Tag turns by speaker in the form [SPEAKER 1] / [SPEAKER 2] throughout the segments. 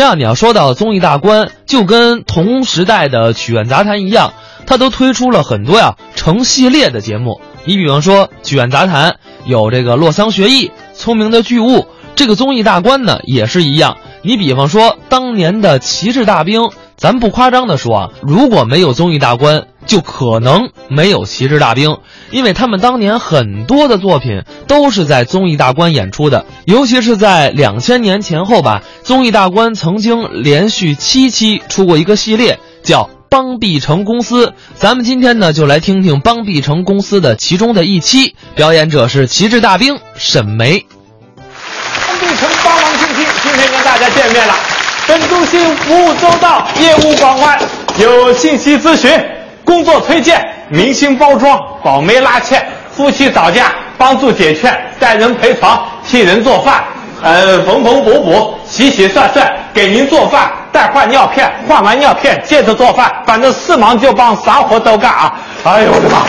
[SPEAKER 1] 这样你要说到综艺大观，就跟同时代的曲苑杂谈一样，它都推出了很多呀、成系列的节目。你比方说曲苑杂谈有这个洛桑学艺、聪明的巨物，这个综艺大观呢也是一样。你比方说当年的旗帜大兵，咱不夸张的说啊，如果没有综艺大观，就可能没有旗帜大兵，因为他们当年很多的作品都是在综艺大观演出的，尤其是在两千年前后吧，综艺大观曾经连续七期出过一个系列，叫。邦必成公司，咱们今天呢就来听听邦必成公司的其中的一期，表演者是旗帜大兵沈梅。
[SPEAKER 2] 邦必成帮忙听听，今天跟大家见面了。本中心服务周到，业务广泛，有信息咨询、工作推荐、明星包装、保媒拉纤、夫妻吵架帮助解劝、代人陪床、替人做饭，呃，缝缝补补、洗洗涮涮，给您做饭。再换尿片，换完尿片接着做饭，反正是忙就帮，啥活都干啊！哎呦我的妈！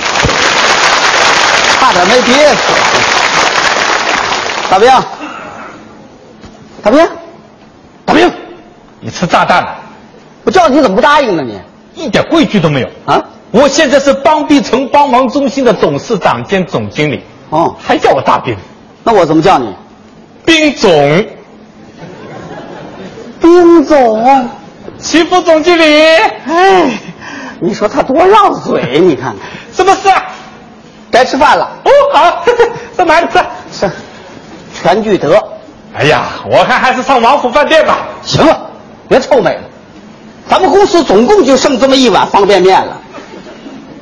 [SPEAKER 3] 差点没憋死。大兵，大兵，
[SPEAKER 2] 大兵，你吃炸弹了，
[SPEAKER 3] 我叫你怎么不答应呢你？
[SPEAKER 2] 一点规矩都没有
[SPEAKER 3] 啊！
[SPEAKER 2] 我现在是邦必成帮忙中心的董事长兼总经理，
[SPEAKER 3] 哦，
[SPEAKER 2] 还叫我大兵，
[SPEAKER 3] 那我怎么叫你？
[SPEAKER 2] 兵总，
[SPEAKER 3] 丁总啊！
[SPEAKER 2] 齐副总经理，
[SPEAKER 3] 哎，你说他多绕嘴，你看看。
[SPEAKER 2] 什么事啊？
[SPEAKER 3] 该吃饭了，
[SPEAKER 2] 哦，好， 上哪里吃？
[SPEAKER 3] 是全聚德。
[SPEAKER 2] 哎呀，我看还是上王府饭店吧。
[SPEAKER 3] 行了，别臭美了，咱们公司总共就剩这么一碗方便面了，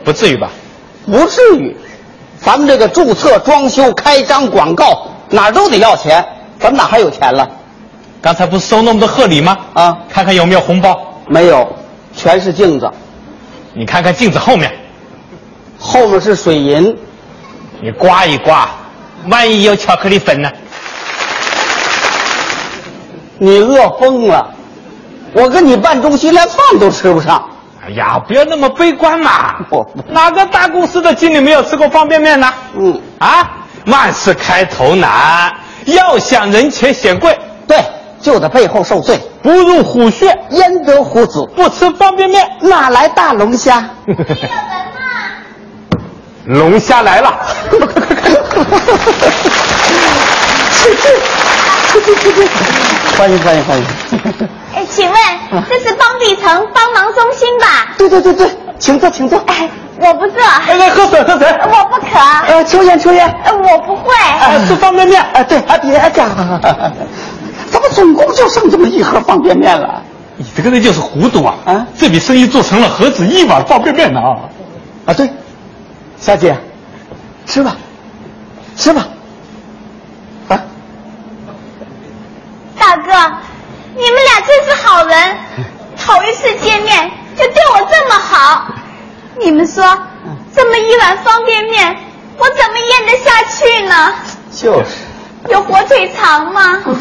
[SPEAKER 2] 不至于吧？
[SPEAKER 3] 不至于。咱们这个注册、装修、开张、广告哪儿都得要钱，咱们哪还有钱了？
[SPEAKER 2] 刚才不是收那么多贺礼吗？
[SPEAKER 3] 啊
[SPEAKER 2] 看看有没有红包。
[SPEAKER 3] 没有，全是镜子，
[SPEAKER 2] 你看看镜子后面，
[SPEAKER 3] 后面是水银。
[SPEAKER 2] 你刮一刮，万一有巧克力粉呢？
[SPEAKER 3] 你饿疯了，我跟你办中心连饭都吃不上。
[SPEAKER 2] 哎呀，不要那么悲观 嘛
[SPEAKER 3] 我！
[SPEAKER 2] 哪个大公司的经理没有吃过方便面呢？
[SPEAKER 3] 嗯，
[SPEAKER 2] 啊，万事开头难，要想人前显贵，
[SPEAKER 3] 对，就得背后受罪，
[SPEAKER 2] 不入虎穴，
[SPEAKER 3] 焉得虎子？
[SPEAKER 2] 不吃方便面。
[SPEAKER 3] 哪来大龙虾？
[SPEAKER 2] 龙虾来了，
[SPEAKER 3] 欢迎欢迎欢迎！
[SPEAKER 4] 哎，请问
[SPEAKER 3] 嗯
[SPEAKER 4] 这是邦必成帮忙中心吧？
[SPEAKER 3] 对对对对，请坐请坐。
[SPEAKER 4] 哎，我不做，
[SPEAKER 3] 嗯
[SPEAKER 2] 哎，来喝水喝水。
[SPEAKER 4] 我不渴，
[SPEAKER 3] 呃，秋燕秋燕，
[SPEAKER 4] 呃我不会。
[SPEAKER 2] 哎，吃方便面。
[SPEAKER 3] 啊对，啊啊别介，咱们总共就剩这么一盒方便面了。
[SPEAKER 2] 你这个人就是糊涂啊！
[SPEAKER 3] 啊
[SPEAKER 2] 这笔生意做成了，何止一碗方便面呢啊！
[SPEAKER 3] 啊对，小姐，吃吧，吃吧。啊，
[SPEAKER 4] 大哥，你们俩真是好人，
[SPEAKER 3] 嗯
[SPEAKER 4] 头一次见面就对我这么好，
[SPEAKER 3] 嗯
[SPEAKER 4] 你们说这么一碗方便面，我怎么咽得下去呢？
[SPEAKER 3] 就是。
[SPEAKER 4] 有火腿肠 吗？
[SPEAKER 3] 没有，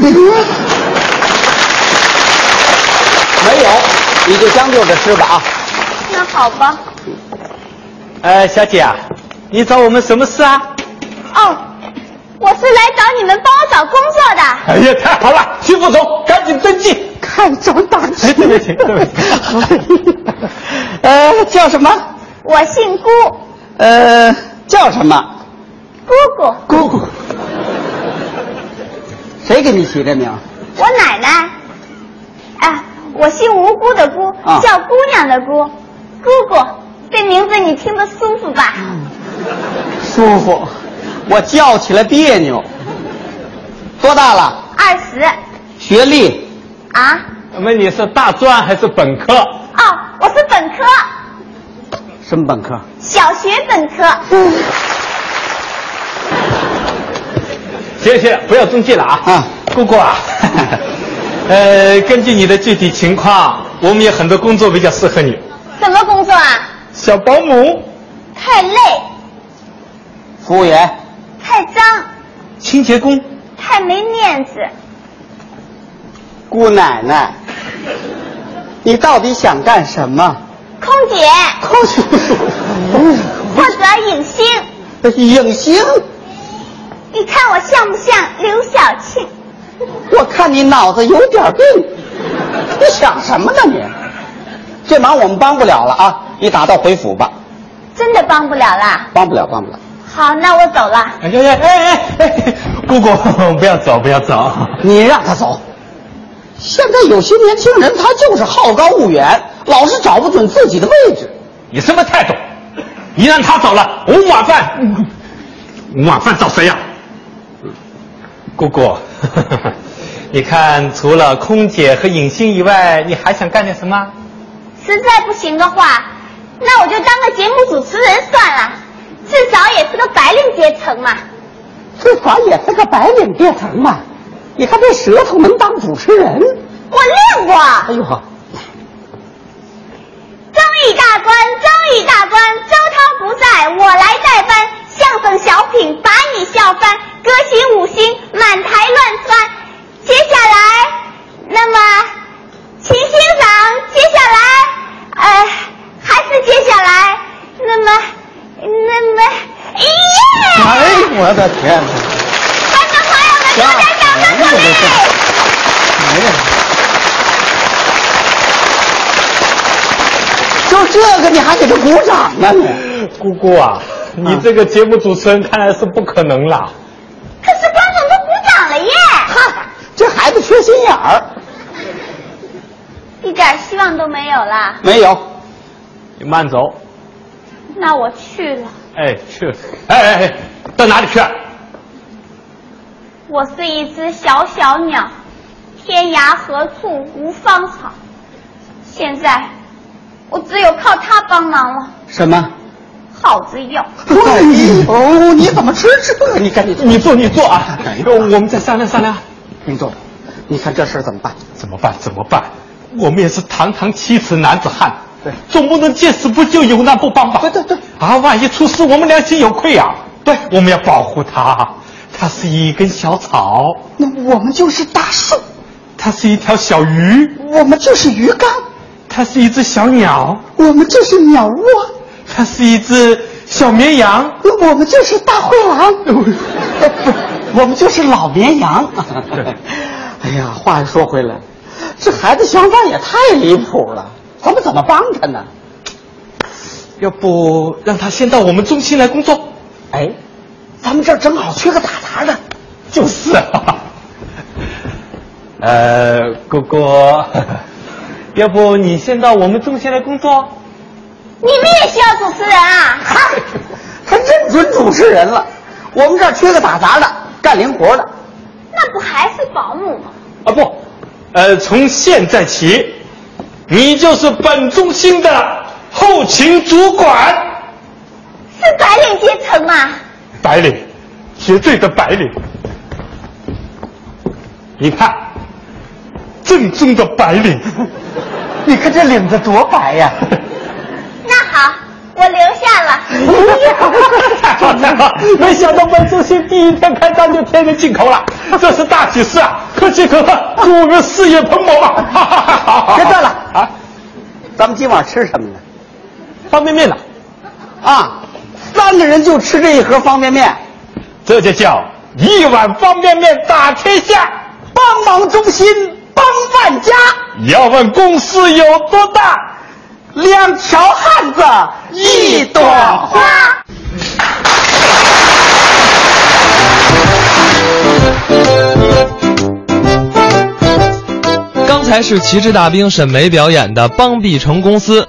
[SPEAKER 3] 你就将就着吃吧啊。
[SPEAKER 4] 那好吧。
[SPEAKER 2] 呃，小姐啊，你找我们什么事啊？
[SPEAKER 4] 哦，我是来找你们帮我找工作的。
[SPEAKER 2] 哎呀，太好了，徐副总，赶紧登记。
[SPEAKER 3] 看张大
[SPEAKER 2] 哎，对不起，对不起。
[SPEAKER 3] 呃，叫什么？
[SPEAKER 4] 我姓姑，
[SPEAKER 3] 呃，叫什么？
[SPEAKER 4] 姑姑，
[SPEAKER 3] 姑姑。谁给你起这名？
[SPEAKER 4] 我奶奶。啊，我姓无辜的辜，
[SPEAKER 3] 啊
[SPEAKER 4] 叫姑娘的姑。姑姑，这名字你听着舒服吧？
[SPEAKER 3] 舒服，我叫起来别扭。多大了？
[SPEAKER 4] 二十
[SPEAKER 3] 学历？
[SPEAKER 4] 啊？
[SPEAKER 2] 那么你是大专还是本科？
[SPEAKER 4] 哦，我是本科，
[SPEAKER 3] 什么本科？
[SPEAKER 4] 小学本科。
[SPEAKER 2] 行了行了，不要登记了啊！
[SPEAKER 3] 啊
[SPEAKER 2] 姑姑 啊，呃，根据你的具体情况，我们有很多工作比较适合你，
[SPEAKER 4] 什么工作啊？
[SPEAKER 2] 小保姆、
[SPEAKER 4] 太累，
[SPEAKER 3] 服务员？
[SPEAKER 4] 太脏，
[SPEAKER 2] 清洁工、
[SPEAKER 4] 太没面子。
[SPEAKER 3] 姑奶奶？你到底想干什么？
[SPEAKER 4] 空姐
[SPEAKER 3] 高兴。
[SPEAKER 4] 或者影星，
[SPEAKER 3] 影星？
[SPEAKER 4] 你看我像不像刘晓庆？
[SPEAKER 3] 我看你脑子有点病。想什么呢你？这忙我们帮不了了啊！你打道回府吧，
[SPEAKER 4] 真的帮不了啦。
[SPEAKER 3] 帮不了，帮不了。
[SPEAKER 4] 好，那我走了。
[SPEAKER 2] 哎哎哎哎哎，姑姑不要走，不要走。
[SPEAKER 3] 你让他走。现在有些年轻人他就是好高骛远，老是找不准自己的位置。
[SPEAKER 2] 你什么态度？你让他走了，我晚饭，午晚饭找谁呀、姑姑， 你看，除了空姐和影星以外，你还想干点什么？
[SPEAKER 4] 实在不行的话，那我就当个节目主持人算了，至少也是个白领阶层嘛。
[SPEAKER 3] 最少也是个白领阶层嘛，你看这舌头能当主持人？
[SPEAKER 4] 我练过，
[SPEAKER 3] 哎呦呵，
[SPEAKER 4] 综艺大观，综艺大观，周涛不在，我来代班。相声小品把你笑翻，歌星五星满台乱窜。接下来，那么，秦星长，接下来，呃，还是接下来，那么，那么，耶！
[SPEAKER 3] 哎，我的天哪！
[SPEAKER 4] 观众朋友们，大家掌声鼓励！
[SPEAKER 3] 就这个你还给他鼓掌呢你？
[SPEAKER 2] 姑姑啊，你
[SPEAKER 3] 啊
[SPEAKER 2] 这个节目主持人看来是不可能了。
[SPEAKER 4] 可是观众都鼓掌了耶！
[SPEAKER 3] 哈，这孩子缺心眼儿
[SPEAKER 4] 一点希望都没有啦。
[SPEAKER 3] 没有？
[SPEAKER 2] 你慢走。
[SPEAKER 4] 那我去了，
[SPEAKER 2] 哎，去。哎哎哎，到哪里去？
[SPEAKER 4] 我是一只小小鸟，天涯何处无芳草。现在，我只有靠它帮忙了，
[SPEAKER 3] 什么？
[SPEAKER 4] 好之药。
[SPEAKER 3] 哎呦，你怎么吃这个？哎你赶紧，
[SPEAKER 2] 你坐，你坐啊
[SPEAKER 3] 哎呀！
[SPEAKER 2] 我们再商量商量，
[SPEAKER 3] 你坐。你看这事儿怎么办？
[SPEAKER 2] 啊怎么办？怎么办？我们也是堂堂七尺男子汉，
[SPEAKER 3] 对
[SPEAKER 2] 总不能见死不救、有难不帮吧？
[SPEAKER 3] 对对对，
[SPEAKER 2] 啊，万一出事，我们良心有愧啊！对，我们要保护他。他是一根小草，
[SPEAKER 3] 那我们就是大树，
[SPEAKER 2] 他是一条小鱼，
[SPEAKER 3] 我们就是鱼竿，
[SPEAKER 2] 他是一只小鸟，
[SPEAKER 3] 我们就是鸟窝，
[SPEAKER 2] 他是一只小绵羊。
[SPEAKER 3] 我们就是大灰狼， 我们就是老绵 羊。哎呀，话又说回来，这孩子想法也太离谱了，咱们怎么帮他呢？
[SPEAKER 2] 要不让他先到我们中心来工作？
[SPEAKER 3] 哎，咱们这儿正好缺个打杂的，
[SPEAKER 2] 就是 啊。呃，姑姑， 要不你先到我们中心来工作？
[SPEAKER 4] 你们也需要主持人啊？
[SPEAKER 3] 嗨，他认准主持人了。我们这儿缺个打杂的，干零活的。
[SPEAKER 4] 那不还是保姆吗？
[SPEAKER 2] 啊不，呃，从现在起，你就是本中心的后勤主管，
[SPEAKER 4] 是白领阶层啊？
[SPEAKER 2] 白领，绝对的白领。你看，正宗的白领。
[SPEAKER 3] 你看这领子多白呀！
[SPEAKER 4] 那好，我留下了。
[SPEAKER 2] 太 好太好！没想到本中心第一天开张就天人进口了，这是大喜事啊！可喜可贺，祝我们事业蓬勃啊！哈哈哈 哈
[SPEAKER 3] 别转了
[SPEAKER 2] 啊！
[SPEAKER 3] 咱们今晚吃什么呢？
[SPEAKER 2] 方便面呢？
[SPEAKER 3] 啊，三个人就吃这一盒方便面，
[SPEAKER 2] 这就叫一碗方便面打天下。
[SPEAKER 3] 帮忙中心帮万家，
[SPEAKER 2] 要问公司有多大，
[SPEAKER 3] 两条汉子一朵花。
[SPEAKER 1] 刚才是旗帜大兵沈梅表演的《帮必成公司》。